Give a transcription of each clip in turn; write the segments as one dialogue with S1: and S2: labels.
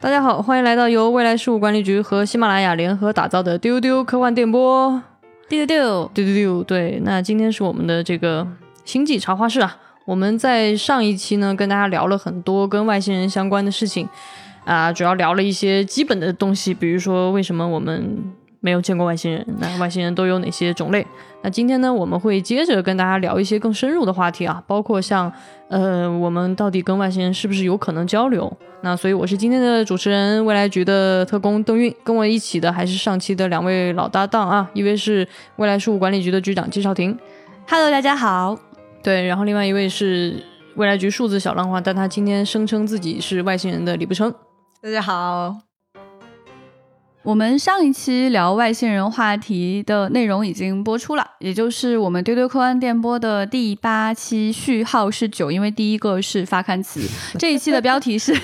S1: 大家好，欢迎来到由未来事务管理局和喜马拉雅联合打造的丢丢科幻电波。
S2: 丢丢
S1: 丢丢丢，对，那今天是我们的这个星际茶话室啊。我们在上一期呢，跟大家聊了很多跟外星人相关的事情啊，主要聊了一些基本的东西，比如说为什么我们没有见过外星人，那外星人都有哪些种类？那今天呢，我们会接着跟大家聊一些更深入的话题啊，包括像呃，我们到底跟外星人是不是有可能交流？那所以我是今天的主持人，未来局的特工邓韵，跟我一起的还是上期的两位老搭档啊，一位是未来事务管理局的局长季少廷，
S2: ，Hello，大家好。
S1: 对，然后另外一位是未来局数字小浪花，但他今天声称自己是外星人的李不称。
S3: 大家好，
S2: 我们上一期聊外星人话题的内容已经播出了，也就是我们丢丢科幻电波的第八期，序号是九，因为第一个是发刊 词。这一期的标题是。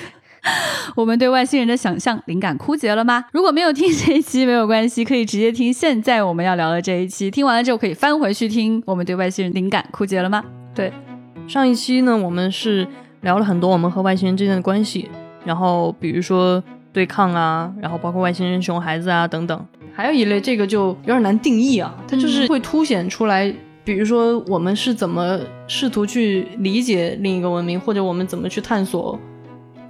S2: 我们对外星人的想象灵感枯竭了吗？如果没有听这一期没有关系，可以直接听现在我们要聊的这一期。听完了之后可以翻回去听我们对外星人灵感枯竭了吗？
S1: 上一期呢，我们是聊了很多我们和外星人之间的关系，然后比如说对抗啊，然后包括外星人熊孩子啊等等。还有一类，这个就有点难定义啊，它就是会凸显出来，比如说我们是怎么试图去理解另一个文明，或者我们怎么去探索。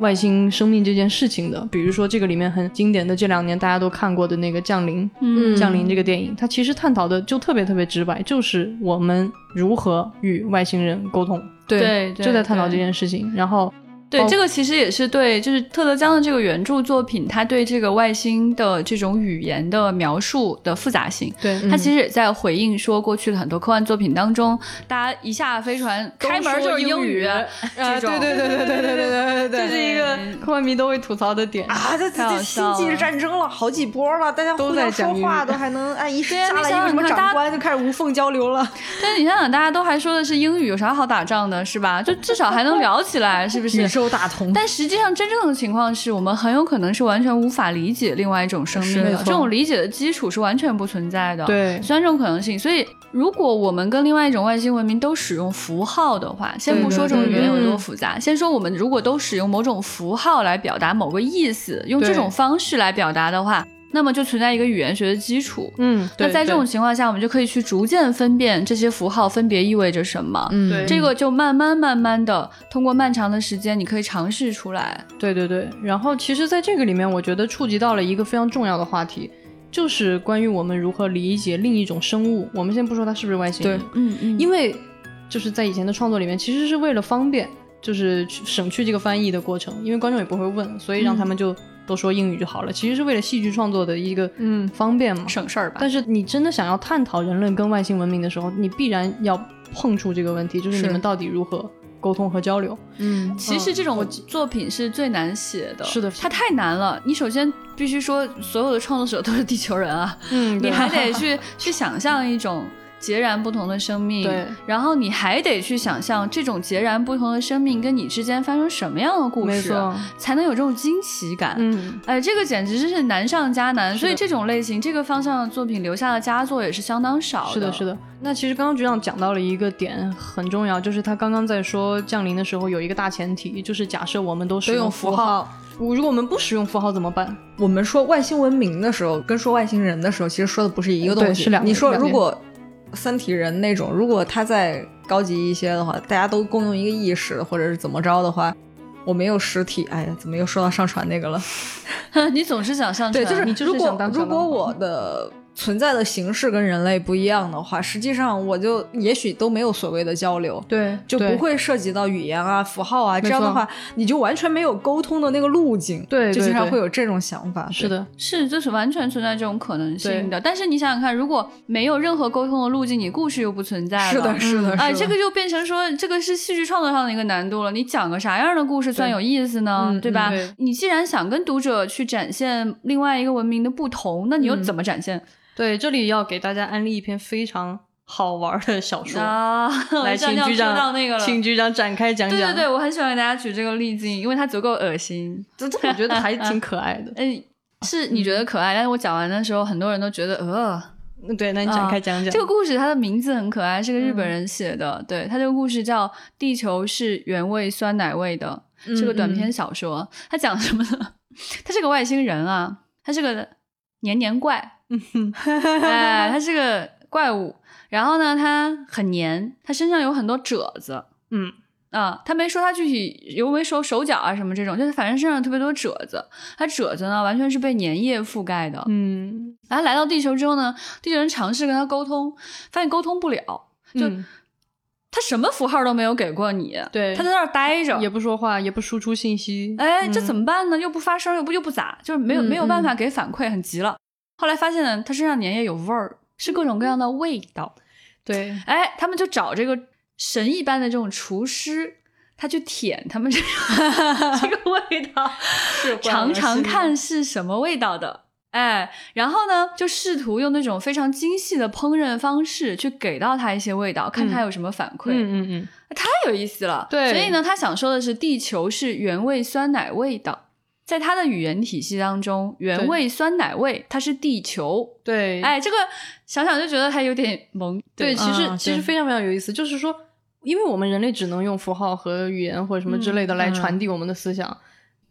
S1: 外星生命这件事情的，比如说这个里面很经典的这两年大家都看过的那个《降临》，
S2: 嗯
S1: 《降临》这个电影，它其实探讨的就特别特别直白，就是我们如何与外星人沟通。
S2: 对对
S1: 就在探讨
S2: 对
S1: 这件事情。然后，
S2: 对
S1: 包，
S2: 这个其实也是对，就是特德·江的这个原著作品，他对这个外星的这种语言的描述的复杂性，
S1: 对嗯
S2: 他其实也在回应说，过去的很多科幻作品当中，大家一下飞船开门就是英语，
S1: 啊，
S2: 这种
S1: 对对对对对对对对对 对，这是一个
S2: 嗯
S1: 科幻迷都会吐槽的点。
S3: 啊，这这
S2: 太好
S3: 这
S2: 笑
S3: 星
S2: 了
S3: 际战争了好几波了，大家
S1: 都
S3: 互
S1: 在
S3: 相
S1: 讲
S3: 说
S1: 英语
S3: 话都还能哎一
S2: 对啊
S3: 下
S2: 你
S3: 来一
S2: 想
S3: 个什么
S2: 想看大家
S3: 长官就开始无缝交流了。
S2: 但是你想想，大家都还说的是英语，有啥好打仗的，是吧？就至少还能聊起来，是不 是？
S3: 宙大同，
S2: 但实际上，真正的情况是我们很有可能是完全无法理解另外一种生命
S1: 是没
S2: 的，
S1: 错
S2: 这种理解的基础是完全不存在的。
S1: 对
S2: 三种可能性。所以，如果我们跟另外一种外星文明都使用符号的话，先
S1: 对
S2: 不
S1: 对
S2: 说这种
S1: 对
S2: 语言有
S3: 嗯
S2: 多复杂，先说我们如果都使用某种符号来表达某个意思，用这
S1: 对
S2: 种方式来表达的话，那么就存在一个语言学的基础。
S1: 嗯，
S2: 那
S1: 对
S2: 在这种
S1: 对
S2: 情况下，我们就可以去逐渐分辨这些符号分别意味着什么。
S1: 对
S2: 这个就慢慢慢慢的，通过漫长的时间，你可以尝试出来。
S1: 对对对，然后其实在这个里面，我觉得触及到了一个非常重要的话题，就是关于我们如何理解另一种生物。我们先不说它是不是外星人，
S3: 对
S2: 嗯嗯因
S1: 因
S2: 为
S1: 为就是在以前的创作里面，其实是为了方便，就是去省去这个翻译的过程，因为观众也不会问，所以让他们就都说英语就好了。其实是为了戏剧创作的一个
S3: 嗯
S1: 方便嘛。
S2: 省事儿吧。
S1: 但是你真的想要探讨人类跟外星文明的时候，你必然要碰触这个问题，就是
S3: 是
S1: 你们到底如何沟通和交流。
S3: 嗯，
S2: 其实这
S1: 我
S2: 种作品是最难写的，
S1: 是的
S2: 它太难了。你首先必须说，所有的创作者都是地球人 啊，
S1: 嗯
S2: 你还得去去想象一种截然不同的生命，
S1: 对，
S2: 然后你还得去想象这种截然不同的生命跟你之间发生什么样的故
S1: 没
S2: 事，啊
S1: 错，
S2: 才能有这种惊奇感。
S1: 嗯，
S2: 哎，这个简直是难上加难，所以
S1: 的
S2: 这种类型、这个方向的作品留下的佳作也是相当少
S1: 是的，是的。那其实刚刚局长讲到了一个点很重要，就是他刚刚在说降临的时候有一个大前提，就是假设我们都使
S3: 都用
S1: 符
S3: 符号。
S1: 我如果我们不使用符号怎么办？
S3: 我们说外星文明的时候，跟说外星人的时候，其实说的不是一个东
S1: 对
S3: 西。
S1: 是两个
S3: 你说
S1: 两个
S3: 如果三体人那种，如果他再高级一些的话，大家都共用一个意识，或者是怎么着的话，我没有实体。哎呀，怎么又说到上传那个了？
S2: 你总是想上
S3: 对，
S2: 传
S3: 就是
S1: 你就是
S3: 如
S1: 想
S3: 果
S1: 当小
S3: 如
S1: 老
S3: 果
S1: 虎
S3: 我的存在的形式跟人类不一样的话，实际上我就也许都没有所谓的交流。
S1: 对，
S3: 就不。会涉及到语言啊、符号啊，
S1: 没
S3: 这样的
S1: 错
S3: 话，你就完全没有沟通的那个路径。
S1: 对
S3: 就
S1: 对
S3: 经常
S1: 对
S3: 会有这种想法。
S1: 是
S3: 对，
S1: 的，
S2: 是，这是完全存在这种可能性的。但是你想想看，如果没有任何沟通的路径，你故事又不存在了。
S3: 是的，是的，
S1: 嗯
S3: 是
S2: 哎，
S3: 的
S2: 这个就变成说，这个是戏剧创作上的一个难度了。你讲个啥样的故事算
S1: 对
S2: 有意思呢？
S3: 嗯
S2: 对吧、
S1: 嗯对
S2: 你既然想跟读者去展现另外一个文明的不同，那你又
S3: 嗯
S2: 怎么展现、
S1: 对，这里要给大家安利一篇非常好玩儿的小说，
S2: 啊？
S1: 来，
S2: 我
S1: 请
S2: 像要
S1: 局
S2: 说
S1: 长，
S2: 到那个了。
S1: 请局长展开讲
S2: 对
S1: 讲。
S2: 对对，我很喜欢给大家举这个例子，因为它足够恶心。。
S1: 这这我觉得还挺可爱 的
S2: 哎，是你觉得可爱，但是我讲完的时候，很多人都觉得呃，
S1: 嗯对，那你展开讲讲。
S2: 这个故事它的名字很可爱，是个日本人写的。对，它这个故事叫
S3: 嗯
S2: 《地球是原味酸奶味的》，是个短篇小说。它讲什么呢？ 他是个外星人啊，他是个黏黏怪，哎，他是个怪物。然后呢，他很黏，他身上有很多褶子。
S1: 嗯
S2: 啊，他没说他具体有没手手脚啊什么这种，就是反正身上有特别多褶子。他褶子呢，完全是被粘液覆盖的。
S1: 嗯，
S2: 然后来到地球之后呢，地球人尝试跟他沟通，发现沟通不了，就、
S1: 嗯
S2: 他什么符号都没有给过你，
S1: 对
S2: 他在那儿待着
S1: 也不说话，也不输出信息。
S2: 哎，这
S1: 嗯
S2: 怎么办呢？又不发声，又不又不咋，就是没有、
S1: 嗯
S2: 没有办法给反馈，很急了。后来发现呢，他身上粘液有味儿，是各种各样的味道。
S1: 对，
S2: 哎，他们就找这个神一般的这种厨师，他去舔他们这 个这个味道，
S1: 是
S2: 尝尝看是什么味道的。哎，然后呢，就试图用那种非常精细的烹饪方式去给到他一些味道，看他有什么反馈。
S1: 嗯嗯嗯，
S2: 太有意思了。
S1: 对
S2: 所以呢，他想说的是，地球是原味酸奶味道。在他的语言体系当中，原味酸奶味它是地球，
S1: 对，
S2: 哎，这个想想就觉得它有点萌。
S1: 对，
S2: 吧
S1: 其实、
S3: 啊
S1: 其实
S3: 对
S1: 非常非常有意思，就是说，因为我们人类只能用符号和语言或者什么之类的
S2: 嗯
S1: 来
S2: 嗯
S1: 传递我们的思想，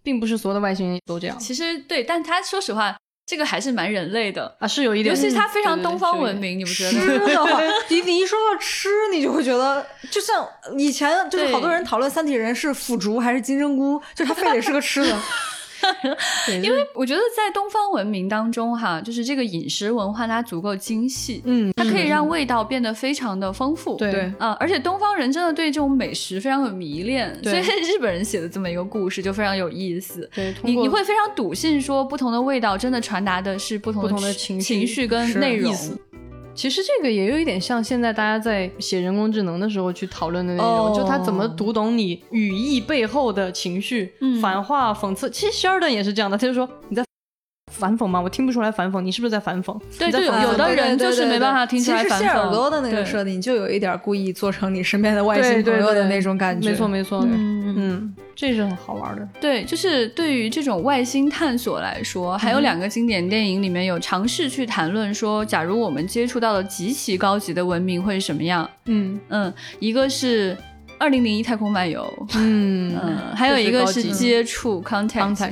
S1: 并不是所有的外星人都这样
S2: 其实对，但他说实话，这个还是蛮人类的，
S1: 啊，是有一点，
S2: 尤其是他
S1: 嗯
S2: 非常
S1: 对对对
S2: 东方
S1: 是有一点
S2: 文明，你不觉
S3: 吃
S2: 得？
S3: 的话， 你你一说到吃，你就会觉得，就像以前就是
S2: 对
S3: 好多人讨论三体人是腐竹还是金针菇，就他非得是个吃 的。
S1: 对
S2: 因为我觉得在东方文明当中，哈，就是这个饮食文化它足够精细，
S3: 嗯，
S2: 它可以让味道变得非常的丰富。
S1: 对
S3: 对
S2: 啊，而且东方人真的对这种美食非常有迷恋，所以
S1: 对
S2: 日本人写的这么一个故事就非常有意思。
S1: 对，通
S2: 你
S1: 过
S2: 你会非常笃信说，不同的味道真的传达的是不同
S1: 不同的
S2: 情
S1: 情绪
S2: 绪跟
S3: 是
S2: 内容
S3: 意。思
S1: 其实这个也有一点像现在大家在写人工智能的时候去讨论的内容，
S2: 哦
S1: 就它怎么读懂你语义背后的情绪、
S2: 嗯
S1: 反话、讽刺。其实 Sheldon 也是这样的，他就说你在反讽吗？我听不出来反讽，你是不是在反讽？
S2: 对，
S1: 你在
S2: 就有
S1: 反讽
S2: 有的
S3: 嗯对对
S2: 人
S3: 对
S2: 就是
S3: 对
S2: 没
S3: 对
S2: 办法听出来
S3: 其实
S2: 反
S3: 谢耳朵
S2: 讽。
S3: 的那
S2: 对
S3: 个设定，就有一点故意做成你身边的外
S1: 对
S3: 星
S1: 对
S3: 朋友的
S1: 对
S3: 那种感觉。
S1: 没错，没错，
S2: 嗯嗯，
S1: 嗯，这是很好玩的。
S2: 对，就是对于这种外星探索来说，还
S1: 嗯
S2: 有两个经典电影里面有尝试去谈论说，假如我们接触到了极其高级的文明会是什么样？
S1: 嗯
S2: 嗯，一个是《二零零一太空漫游》，
S1: 嗯
S2: 嗯，还有一个
S1: 这
S2: 是
S1: 是高级
S2: 接触 contact。
S1: Contact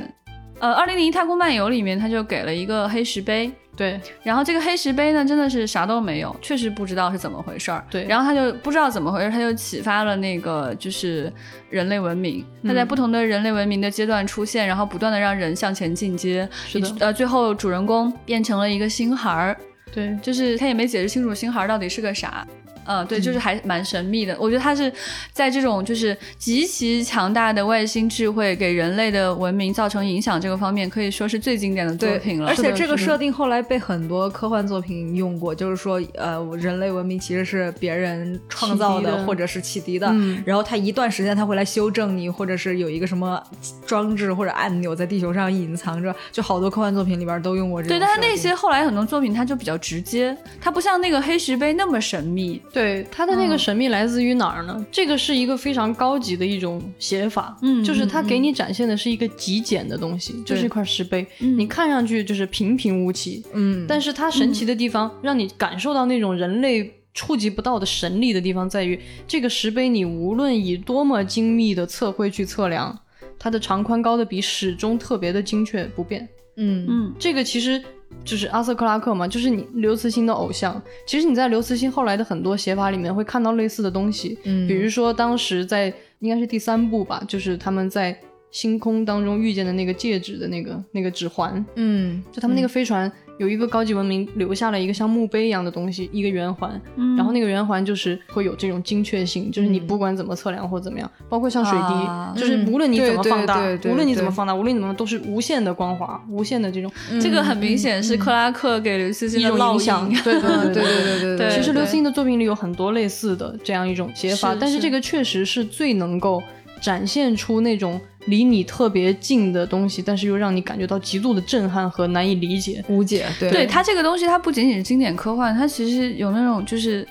S2: 呃，《二零零一太空漫游》里面他就给了一个黑石碑，
S1: 对
S2: 然后这个黑石碑呢，真的是啥都没有，确实不知道是怎么回事儿。
S1: 对
S2: 然后他就不知道怎么回事，他就启发了那个就是人类文明，他在
S1: 嗯
S2: 不同的人类文明的阶段出现，然后不断的让人向前进阶，
S1: 是的
S2: 以呃，最后主人公变成了一个星孩儿，
S1: 对，
S2: 就是他也没解释清楚星孩儿到底是个啥。嗯，对，就是还蛮神秘的。我觉得他是在这种就是极其强大的外星智慧给人类的文明造成影响这个方面，可以说是最经典的作
S3: 对
S2: 品，了。
S3: 而
S2: 是
S3: 且
S2: 的
S3: 这个
S2: 是的
S3: 设定后来被很多科幻作品用过，就是说，呃，人类文明其实是别人创造
S1: 启迪
S3: 的
S1: 的
S3: 或者是启迪的，
S1: 嗯
S3: 然后他一段时间他会来修正你，或者是有一个什么装置或者按钮在地球上隐藏着，就好多科幻作品里边都用过这种
S2: 对，
S3: 设定。
S2: 但是那些后来很多作品，它就比较直接，它不像那个黑石碑那么神秘。
S1: 对，它的那个
S2: 嗯
S1: 神秘来自于哪儿呢？这个是一个非常高级的一种写法，
S2: 嗯
S1: 就是它
S2: 嗯
S1: 给你展现的是一个极简的东西，就是一块石碑，
S2: 嗯
S1: 你看上去就是平平无奇，
S3: 嗯，
S1: 但是它神奇的地方，让你感受到那种人类。触及不到的神力的地方在于，这个石碑你无论以多么精密的测绘去测量，它的长宽高的比始终特别的精确不变。
S3: 嗯
S2: 嗯，
S1: 这个其实就是阿瑟克拉克嘛，就是你刘慈欣的偶像。其实你在刘慈欣后来的很多写法里面会看到类似的东西，
S3: 嗯
S1: 比如说当时在应该是第三部吧，就是他们在星空当中遇见的那个戒指的那个那个指环，
S3: 嗯
S1: 就他们那个飞船有一个高级文明留下了一个像墓碑一样的东西，一个圆环，
S3: 嗯
S1: 然后那个圆环就是会有这种精确性，就是你不管怎么测量或怎么样，包括像水滴，
S2: 啊
S1: 就是
S3: 嗯
S1: 无论你怎么放大，
S3: 对对对对
S1: 无论你
S3: 对嗯
S1: 怎么放大，无论你怎么都是无限的光滑，无限的这种
S2: 这个很明显是克拉克给刘慈欣
S1: 一
S2: 的
S1: 种
S2: 烙
S1: 影 响。
S2: 印。
S1: 对对对
S3: 嗯，对对对对
S2: 对
S1: 其实刘
S2: 对
S1: 慈欣的作品里有很多类似的这样一种写法，
S2: 是
S1: 但是
S2: 是
S1: 这个确实是最能够展现出那种离你特别近的东西，但是又让你感觉到极度的震撼和难以理解。
S3: 无解，对
S2: 对它这个东西，它不仅仅是经典科幻，它其实有那种就是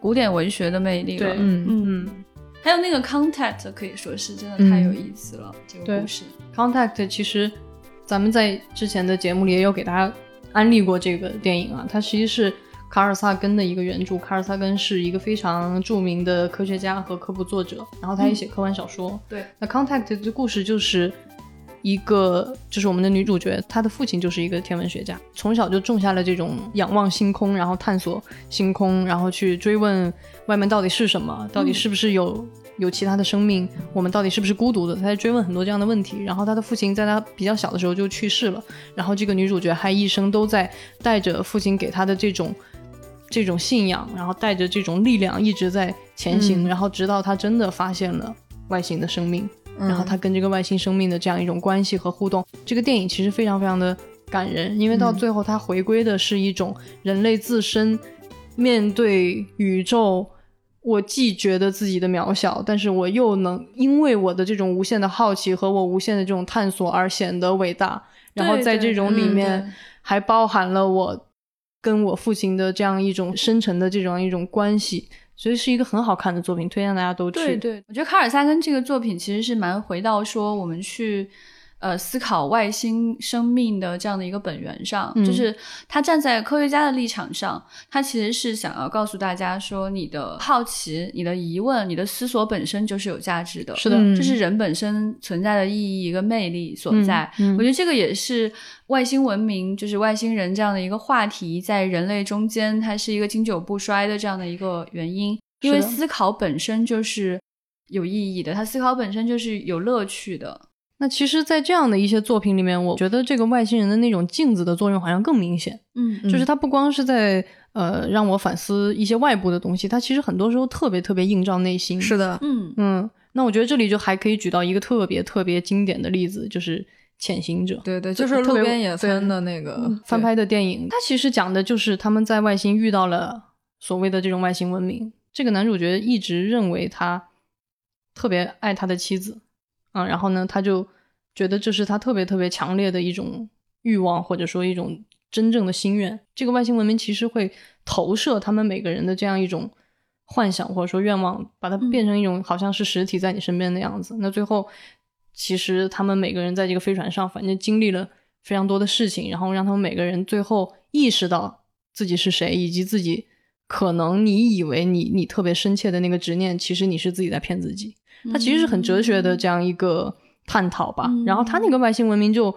S2: 古典文学的魅力了。
S1: 对
S3: 嗯
S2: 嗯，
S1: 嗯。
S2: 还有那个 contact 可以说是真的太有意思了，这个
S1: 对
S2: 故事。
S1: Contact 其实咱们在之前的节目里也有给大家安利过这个电影啊，它实际是卡尔萨根的一个原著。卡尔萨根是一个非常著名的科学家和科普作者，然后他也写科幻小说。
S2: 对，
S1: 那 Contact 的故事就是一个就是我们的女主角，她的父亲就是一个天文学家，从小就种下了这种仰望星空，然后探索星空，然后去追问外面到底是什么，到底是不是有、有其他的生命，我们到底是不是孤独的？她在追问很多这样的问题。然后她的父亲在她比较小的时候就去世了，然后这个女主角还一生都在带着父亲给她的这种这种信仰，然后带着这种力量一直在前行，然后直到她真的发现了外星的生命。
S3: 嗯
S1: 然后他
S2: 嗯
S1: 跟这个外星生命的这样一种关系和互动，这个电影其实非常非常的感人，因为
S2: 嗯
S1: 到最后它回归的是一种人类自身面对宇宙，我既觉得自己的渺小，但是我又能因为我的这种无限的好奇和我无限的这种探索而显得伟大，然后
S2: 对
S1: 在
S2: 对
S1: 这种里
S2: 嗯
S1: 面
S2: 对
S1: 还包含了我跟我父亲的这样一种深沉的这种一种关系。所以是一个很好看的作品，推荐大家都去。
S2: 对对，我觉得卡尔萨根这个作品其实是蛮回到说我们去。呃，思考外星生命的这样的一个本源上，
S1: 嗯
S2: 就是他站在科学家的立场上，他其实是想要告诉大家说，你的好奇、你的疑问、你的思索本身就是有价值的，
S1: 是的
S3: 嗯
S2: 这是人本身存在的意义跟魅力所
S1: 嗯
S2: 在。
S1: 嗯
S2: 我觉得这个也是外星文明，就是外星人这样的一个话题，在人类中间，它是一个经久不衰的这样的一个原因。因为
S1: 是的
S2: 思考本身就是有意义的，它思考本身就是有乐趣的。
S1: 那其实，在这样的一些作品里面，我觉得这个外星人的那种镜子的作用好像更明显，
S2: 嗯
S1: 就是它不光是在呃让我反思一些外部的东西，它其实很多时候特别特别映照内心。
S3: 是，的，
S2: 嗯，
S1: 嗯，那我觉得这里就还可以举到一个特别特别经典的例子，就是《潜行者》
S3: 对对，嗯就是
S1: 特
S3: 路
S1: 别
S3: 边野
S1: 对
S3: 餐的那个
S1: 翻拍的电影，它其实讲的就是他们在外星遇到了所谓的这种外星文明。这个男主角一直认为他特别爱他的妻子，啊，然后呢，他就觉得这是他特别特别强烈的一种欲望，或者说一种真正的心愿。这个外星文明其实会投射他们每个人的这样一种幻想或者说愿望，把它
S2: 嗯
S1: 变成一种好像是实体在你身边的样子。那最后，其实他们每个人在这个飞船上，反正经历了非常多的事情，然后让他们每个人最后意识到自己是谁，以及自己可能你以为你你特别深切的那个执念，其实你是自己在骗自己。它其实是很哲学的这样一个探讨吧。
S2: 嗯
S1: 然后它那个外星文明就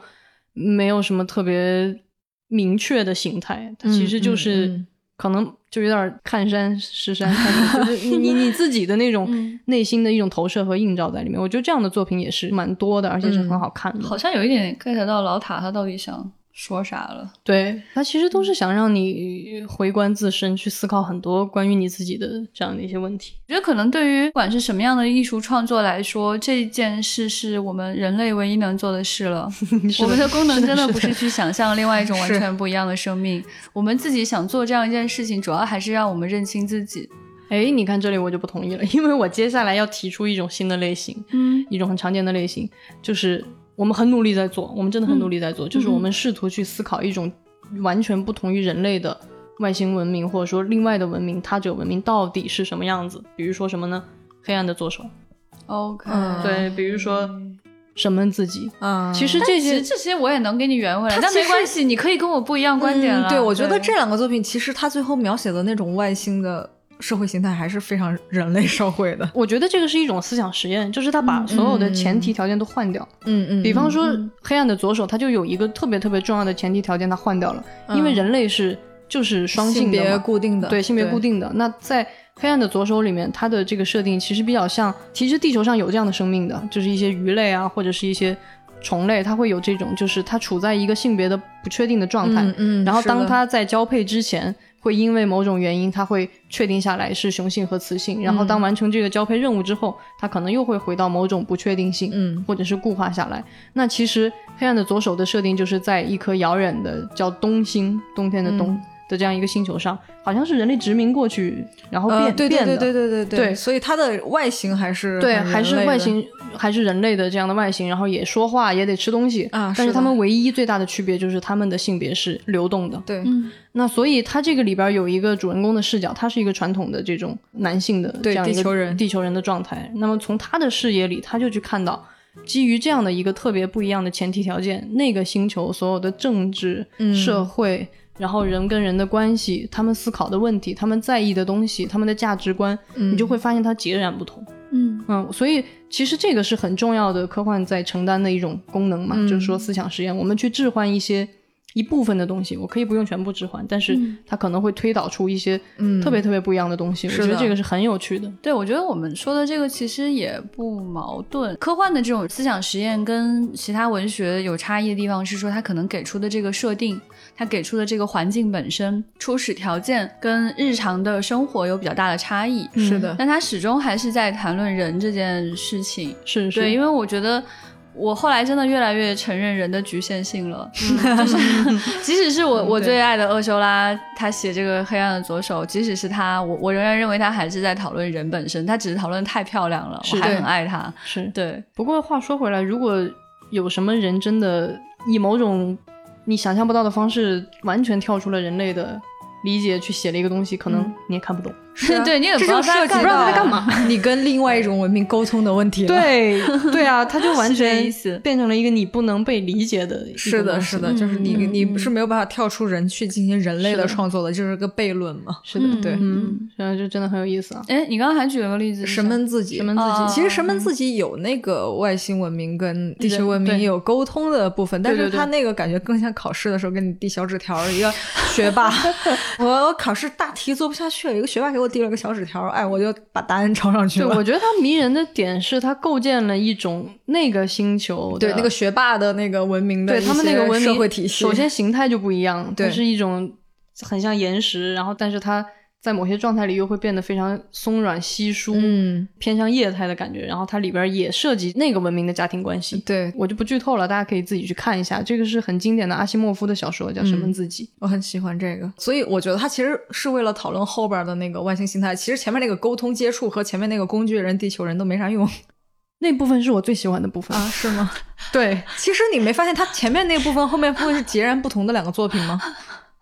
S1: 没有什么特别明确的形态，它其实就
S3: 嗯嗯
S1: 是
S3: 嗯
S1: 可能就有点看山是山，看水就是你你你自己的那种
S2: 嗯
S1: 内心的一种投射和映照在里面。我觉得这样的作品也是蛮多的，而且是很好看的。
S2: 嗯好像有一点 get 到老塔他到底想说啥了。
S1: 对，它其实都是想让你回观自身，去思考很多关于你自己的这样的一些问题。
S2: 我觉得可能对于不管是什么样的艺术创作来说，这件事是我们人类唯一能做的事 了。
S1: 是
S2: 我们的功能
S1: 是
S2: 真的
S1: 是
S2: 不是去想象另外一种完
S3: 是
S2: 全不一样的生命。我们自己想做这样一件事情，主要还是让我们认清自己。
S1: 哎，你看这里我就不同意了，因为我接下来要提出一种新的类型，
S2: 嗯
S1: 一种很常见的类型，就是我们很努力在做，我们真的很努
S3: 嗯
S1: 力在做，就是我们试图去思考一种完全不同于人类的外星文明，或者说另外的文明、他者文明到底是什么样子。比如说什么呢？黑暗的左手，
S2: ，OK，
S3: 嗯
S1: 对，比如说审问自己。
S3: 啊，
S1: 其实
S2: 但
S1: 这
S2: 其
S1: 些
S2: 实这些我也能给你圆回来，
S3: 它
S2: 但
S3: 其
S2: 没
S3: 实
S2: 关系，你可以跟我不一样观点啊
S3: 嗯
S2: 了。
S3: 对，我觉得这两个作品其实它最后描写的那种外星的社会形态还是非常人类社会的。
S1: 我觉得这个是一种思想实验，就是他把所有的前提条件都换掉。
S3: 嗯嗯
S1: 比方说
S2: 嗯嗯，
S1: 黑暗的左手，它就有一个特别特别重要的前提条件，它换掉了，
S3: 嗯
S1: 因为人类是就是双
S3: 性
S1: 性的
S3: 别
S1: 嘛
S3: 固定的，
S1: 对性别固。定的。那在黑暗的左手里面，它的这个设定其实比较像，其实地球上有这样的生命的，就是一些鱼类啊，或者是一些虫类，它会有这种，就是它处在一个性别的不确定的状态。
S3: 嗯嗯，
S1: 然后
S3: 是的
S1: 当它在交配之前，会因为某种原因，它会确定下来是雄性和雌性。然后
S3: 嗯
S1: 当完成这个交配任务之后，它可能又会回到某种不确定性。
S3: 嗯
S1: 或者是固化下来。那其实黑暗的左手的设定就是在一颗遥远的叫东星，冬天的冬、
S3: 嗯
S1: 的这样一个星球上，好像是人类殖民过去，然后变、
S3: 呃，对对
S1: 变的。
S3: 对对对对
S1: 对
S3: 所以它的外形还是
S1: 对，
S3: 很
S1: 还
S3: 人
S1: 是
S3: 类
S1: 外
S3: 的
S1: 形，还是人类的这样的外形，然后也说话，也得吃东西
S3: 啊
S1: 但
S3: 是
S1: 是
S3: 的
S1: 他们唯一最大的区别就是他们的性别是流动的。
S3: 对
S2: 嗯，
S1: 那所以他这个里边有一个主人公的视角，他是一个传统的这种男性的这
S3: 对
S1: 样一个
S3: 地球人
S1: 地球人的状态。那么从他的视野里，他就去看到，基于这样的一个特别不一样的前提条件，那个星球所有的政治、
S3: 嗯
S1: 社会，然后人跟人的关系，他们思考的问题，他们在意的东西，他们的价值观，
S3: 嗯
S1: 你就会发现它截然不同。
S2: 嗯
S1: 嗯，所以其实这个是很重要的科幻在承担的一种功能嘛，
S3: 嗯
S1: 就是说思想实验，我们去置换一些一部分的东西，我可以不用全部置换，但是
S2: 嗯
S1: 它可能会推导出一些
S3: 嗯
S1: 特别特别不一样的东西。我
S3: 是
S1: 觉得
S3: 的
S1: 这个是很有趣的。
S2: 对，我觉得我们说的这个其实也不矛盾。科幻的这种思想实验跟其他文学有差异的地方是说，它可能给出的这个设定，它给出的这个环境本身、初始条件跟日常的生活有比较大的差异。
S3: 是的，
S2: 但它始终还是在谈论人这件事情。
S1: 是是，
S2: 对，因
S1: 为
S2: 为我觉得我后来真的越来越承认人的局限性了，
S1: 嗯
S2: 就是即使是我我最爱的厄修拉，他写这个《黑暗的左手》，即使是他，我我仍然认为他还是在讨论人本身，他只是讨论太漂亮了，我
S1: 是
S2: 还
S1: 对
S2: 很爱他。
S1: 是。
S2: 对，
S1: 不过话说回来，如果有什么人真的以某种你想象不到的方式，完全跳出了人类的理解去写了一个东西，可能你也看不懂。
S3: 是啊
S2: 对你也不
S3: 这
S2: 知道
S3: 就
S2: 他
S3: 涉及
S2: 干
S1: 不知道他在
S3: 到
S1: 干嘛，
S3: 你跟另外一种文明沟通的问题 了。，
S1: 对对啊，他就完
S2: 是这
S1: 全
S2: 意思
S1: 变成了一个你不能被理解的一个
S3: 是的，
S1: 东西
S3: 是的，就是你
S2: 嗯
S3: 你是没有办法跳出人去进行人类
S1: 是的
S3: 的创作的，就是个悖论嘛。
S1: 是的，对，
S2: 嗯，
S1: 然后就真的很有意 思啊。
S2: 哎，你刚刚还举了个例子是啥，
S3: 神门自己，啊
S1: 神门自己嗯
S2: 哦
S3: 其实神门自己有那个外星文明跟地球文
S1: 对
S3: 明
S1: 对
S3: 有沟通的部分，但
S1: 对
S3: 是
S1: 对
S3: 他那个感觉更像考试的时候给你递小纸条儿，一个学霸， 我我考试大题做不下去了，一个学霸给我递了个小纸条儿，哎，我就把答案抄上去
S1: 对，我
S3: 了。
S1: 觉得它迷人的点是它构建了一种那个星球的
S3: 对那个学霸的那个文明的
S1: 对
S3: 一
S1: 他们那
S3: 些
S1: 个文明
S3: 社会体系，
S1: 首先形态就不一样，它
S3: 对
S1: 是一种很像岩石，然后但是它在某些状态里又会变得非常松软稀疏，
S3: 嗯，
S1: 偏向液态的感觉。然后它里边也涉及那个文明的家庭关系，
S3: 对
S1: 我就不剧透了，大家可以自己去看一下。这个是很经典的阿西莫夫的小说，叫《神
S3: 嗯
S1: 门自己》。
S3: 我很喜欢这个，所以我觉得他其实是为了讨论后边的那个外星形态。其实前面那个沟通接触和前面那个工具人、地球人都没啥用
S1: 那部分是我最喜欢的部分。
S3: 啊，是 吗？
S1: 对，
S3: 其实你没发现他前面那部分、后面部分是截然不同的两个作品吗？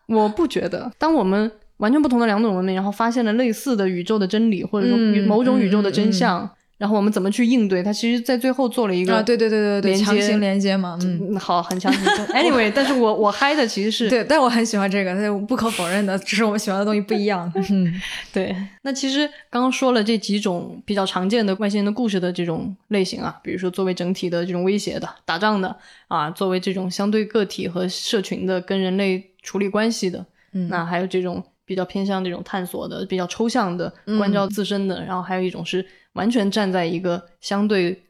S1: 我不觉得，当我们完全不同的两种文明，然后发现了类似的宇宙的真理，或者说
S3: 嗯
S1: 宇某种宇宙的真
S3: 嗯嗯
S1: 相，然后我们怎么去应对它，其实在最后做了一个
S3: 啊，对对对对对，
S1: 连接
S3: 强行连接嘛，嗯。
S1: 嗯，好，很 强。很强 anyway，但是我我嗨的其实是
S3: 对，但我很喜欢这个，但是我不可否认的， 只是我们喜欢的东西不一 样。嗯，
S1: 对。那其实刚刚说了这几种比较常见的外星人的故事的这种类型啊，比如说作为整体的这种威胁的、打仗的啊，作为这种相对个体和社群的跟人类处理关系的，
S3: 嗯
S1: 那还有这种比较偏向这种探索的、比较抽象的、
S3: 嗯
S1: 关照自身的，然后还有一种是完全站在一个相对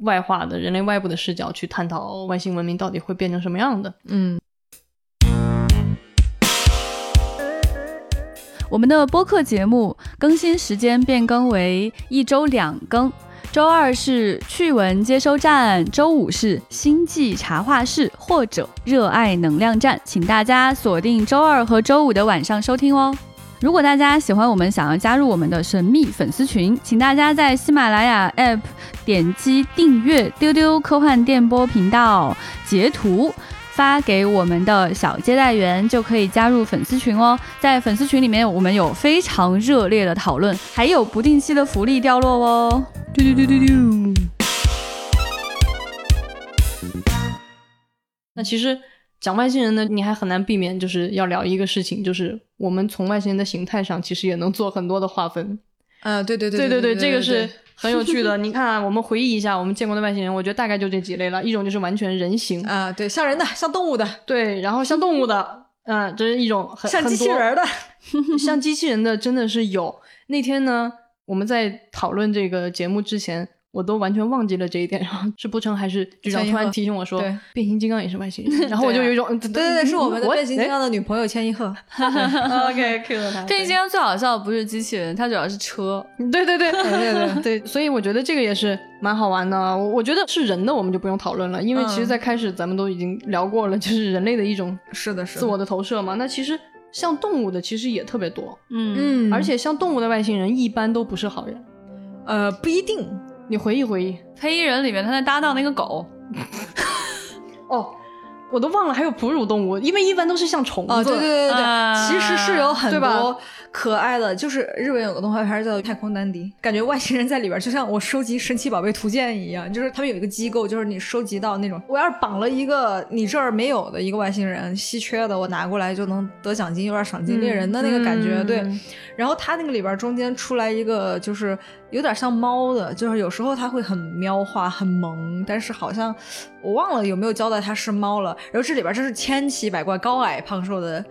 S1: 外化的人类外部的视角去探讨外星文明到底会变成什么样的。
S3: 嗯，
S2: 我们的播客节目更新时间变更为一周两更，周二是趣闻接收站，周五是星际茶话室或者热爱能量站，请大家锁定周二和周五的晚上收听哦。如果大家喜欢我们，想要加入我们的神秘粉丝群，请大家在喜马拉雅 App 点击订阅“丢丢科幻电波”频道，截图发给我们的小接待员，就可以加入粉丝群哦。在粉丝群里面，我们有非常热烈的讨论，还有不定期的福利掉落哦。
S1: 嘟嘟嘟嘟嘟。那其实讲外星人呢，你还很难避免，就是要聊一个事情，就是我们从外星人的形态上，其实也能做很多的划分。
S3: 啊，对对对
S1: 对对，
S3: 对
S1: 这个
S3: 对
S1: 是很有趣的。你看啊、我们回忆一下我们见过的外星人，我觉得大概就这几类了。一种就是完全人形，
S3: 啊，对，像人的，像动物的，
S1: 对，然后像动物的，嗯、这是一种很
S3: 像机器人儿的，
S1: 像机器人的真的是有。那天呢，我们在讨论这个节目之前，我都完全忘记了这一点。然后是不成还是局长
S3: 陈一
S1: 突然
S3: 鹤
S1: 提醒我说
S3: 对，
S1: 变形金刚也是外 星人。然后我就有一种，嗯对
S3: 对对对，是我们的变形金。刚的女朋友千一鹤。
S1: 哎 OK，Q 了他。
S2: 变形金刚最好笑的不是机器人，它主要是车。
S1: 对对对对对对，所以我觉得这个也是蛮好玩的。啊我我觉得是人的，我们就不用讨论了，因为其实，
S3: 嗯
S1: 在开始咱们都已经聊过了，就是人类的一种
S3: 是的，是的
S1: 自我的投射嘛。那其实像动物的，其实也特别多，
S2: 嗯
S3: 嗯，
S1: 而且像动物的外星人一般都不是好人。
S3: 呃，不一定，
S1: 你回忆回忆，
S2: 黑衣人里面他在搭档那个狗，
S1: 哦，我
S3: 哦
S1: 都忘了还有哺乳动物，因为一般都是像虫子。
S3: 啊，对对对对对，
S2: 啊
S3: 其实是有很
S1: 对吧
S3: 多可爱的，就是日本有个动画片儿叫《太空丹迪》，感觉外星人在里边儿就像我收集神奇宝贝图鉴一样，就是他们有一个机构，就是你收集到那种，我要是绑了一个你这儿没有的一个外星人稀缺的，我拿过来就能得奖金，有点赏金猎人的那个感觉，
S1: 嗯
S3: 对。
S1: 嗯
S3: 然后它那个里边儿中间出来一个，就是有点像猫的，就是有时候它会很喵化、很萌，但是好像我忘了有没有交代它是猫了。然后这里边儿真是千奇百怪、高矮胖瘦的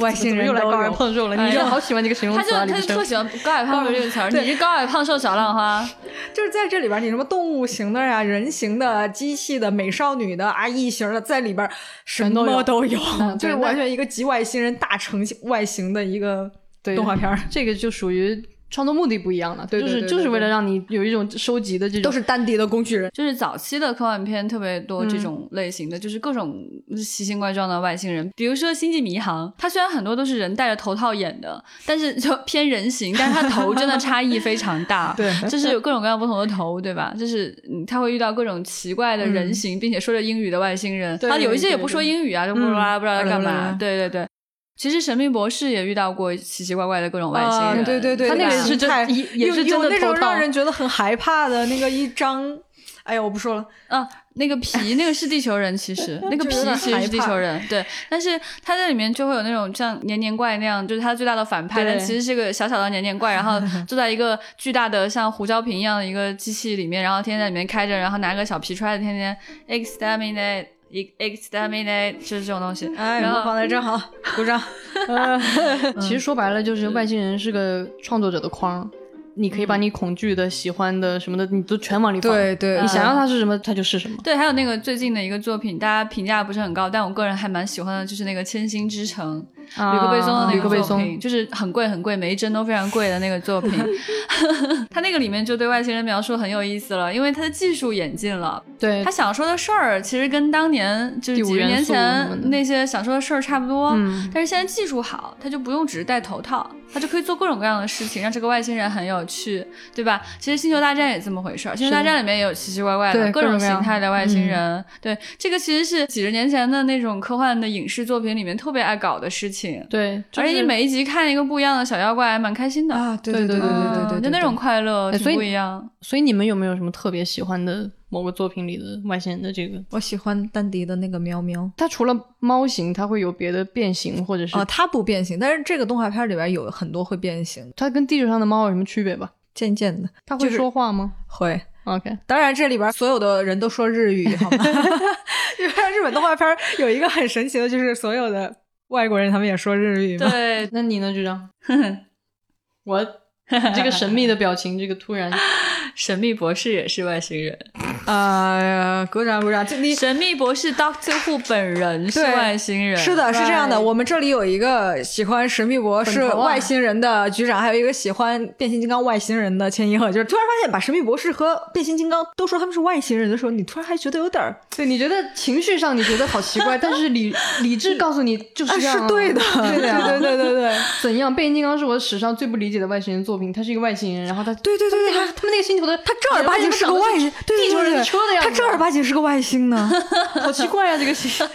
S3: 外星人
S1: 又来
S3: 都
S1: 高矮
S3: 有
S1: 胖瘦了，
S2: 哎
S1: 你就好喜欢这个形容
S2: 他
S1: 词
S2: 就
S1: 啊，
S2: 他
S1: 李医
S2: 就特
S1: 生。
S2: 喜欢高矮胖瘦这个词儿，
S3: 对
S2: 你是高矮胖瘦小浪花，
S3: 就是在这里边儿，你什么动物型的呀、人形的、机器的、美少女的、啊异型的，在里边儿什
S1: 全都有
S3: 么都有，
S1: 嗯
S3: 就是
S1: 对那
S3: 完全一个集外星人大成外形的一个
S1: 对
S3: 动画片儿，
S1: 这个就属于创作目的不一样了，
S3: 对对对
S1: 就是就
S3: 对
S1: 是
S3: 对
S1: 为了让你有一种收集的这种，
S3: 都是丹迪的工具人。。
S2: 就是早期的科幻片特别多这种类型的，就是各种奇形怪状的外星人，比如说《星际迷航》，它虽然很多都是人戴着头套演的，但是就偏人形，但是它头真的差异非常大
S3: 对
S2: 就是有各种各样不同的头，对吧？就是嗯他会遇到各种奇怪的人形，并且说着英语的外星人，
S3: 嗯对
S2: 啊，有一些也
S3: 对
S2: 不说
S3: 对
S2: 英语啊，就不知道
S1: 嗯
S2: 不知道在干
S3: 巴拉巴
S2: 嘛
S3: 拉。
S2: 对对对，其实《神秘博士》也遇到过奇奇怪怪的各种外星
S3: 啊
S2: 人，，
S3: 对对对，
S1: 他那个
S3: 对
S1: 是真
S3: 太
S1: 也也
S3: 有
S1: 是真的
S3: 有那种
S1: 头套
S3: 让人觉得很害怕的那个一张，哎呀，我不说了，
S2: 啊，那个皮，那个是地球人，其 实那个皮
S3: 就有点
S2: 其实
S3: 害
S2: 是地
S3: 怕
S2: 球人，对。但是他在里面就会有那种像黏黏怪那样，就是他最大的反派，但
S1: 对
S2: 其实是个小小的黏黏怪，然 后坐在一个巨大的像胡椒瓶一样的一个机器里面，然后天天在里面开着，然后拿个小皮揣着，天天 exterminate。exterminate 就是这种东 西，
S3: 哎，
S2: 然
S3: 模
S2: 后
S3: 仿的真好，鼓掌。
S1: 呃其实说白了就是外星人是个创作者的框，你可以把你恐惧的、喜欢的什么的，你都全往里放。
S3: 对
S1: 你想要它是什么，它就是什么。
S2: 对，还有那个最近的一个作品，大家评价不是很高，但我个人还蛮喜欢的，就是那个《千星之城》，吕克贝松的那
S1: 啊吕克贝
S2: 个作
S1: 松
S2: 品，就是很贵很贵，每一帧都非常贵的那个 作品。他那个里面就对外星人描述很有意思了，因为他的技术演进了，
S1: 对
S2: 他，想说的事儿其实跟当年就是
S1: 第五
S2: 几十
S1: 元
S2: 年
S1: 素什么的
S2: 前那些想说的事儿差不多。
S1: 嗯
S2: 但是现在技术好，他就不用只是戴头套，他就可以做各种各样的事情，让这个外星人很有趣，对吧？其实《星球大战》也这么回事儿，《星球大战》里面也有奇奇怪怪的
S1: 对各种
S2: 种
S1: 各样嗯
S2: 形态的外星人。对，这个其实是几十年前的那种科幻的影视作品里面特别爱搞的事情。
S1: 对，就
S2: 而且
S1: 是
S2: 你每一集看一个不一样的小妖怪，还蛮开心的。嗯
S3: 啊，对对对对对对对，
S2: 就那种快乐，
S1: 哎所
S2: 挺
S1: 以
S2: 不 一样。
S1: 所以你们有没有什么特别喜欢的某个作品里的外星人的这个？
S3: 我喜欢丹迪的那个喵喵。
S1: 它除了猫型，它会有别的变形，或者是
S3: 啊，它不变形，但是这个动画片里边有很多会变形，
S1: 它跟地球上的猫有什么区别吧？
S3: 渐渐的
S1: 它会
S3: 就是
S1: 说话吗
S3: 会。
S1: ？OK，
S3: 当然，这里边所有的人都说日语， 好吗？因为日本动画片有一个很神奇的，就是所有的外国人他们也说日语嘛。
S2: 对，
S1: 那你呢，局 长？我 这个神秘的表情，这个突然，
S2: 神秘博士也是外星人，
S3: 啊，鼓掌鼓掌！就你
S2: 神秘博士 Doctor Who 本人是
S3: 对
S2: 外星人，
S3: 是的，是这样的。
S1: Right
S3: 我们这里有一个喜欢神秘博士
S1: 粉头啊
S3: 外星人的局长，还有一个喜欢变形金刚外星人的千一鹤。就是突然发现，把神秘博士和变形金刚都说他们是外星人的时候，你突然还觉得有点儿
S1: 对，你觉得情绪上你觉得好奇 怪，但是理理智告诉你就是
S3: 啊
S1: 这样、
S3: 是对的，
S1: 对的呀
S3: 对啊对对对对。
S1: 怎样？变形金刚是我史上最不理解的外星人作品，他是一个外星人，然后他
S3: 对对对对，
S1: 他
S3: 他
S1: 他们那个星球的，
S3: 他正儿八经是个外星，对对
S1: 地球
S3: 对
S1: 人
S3: 对
S1: 的车的样子，
S3: 他正儿八经是个外 星呢，
S1: 好奇怪啊，这个星。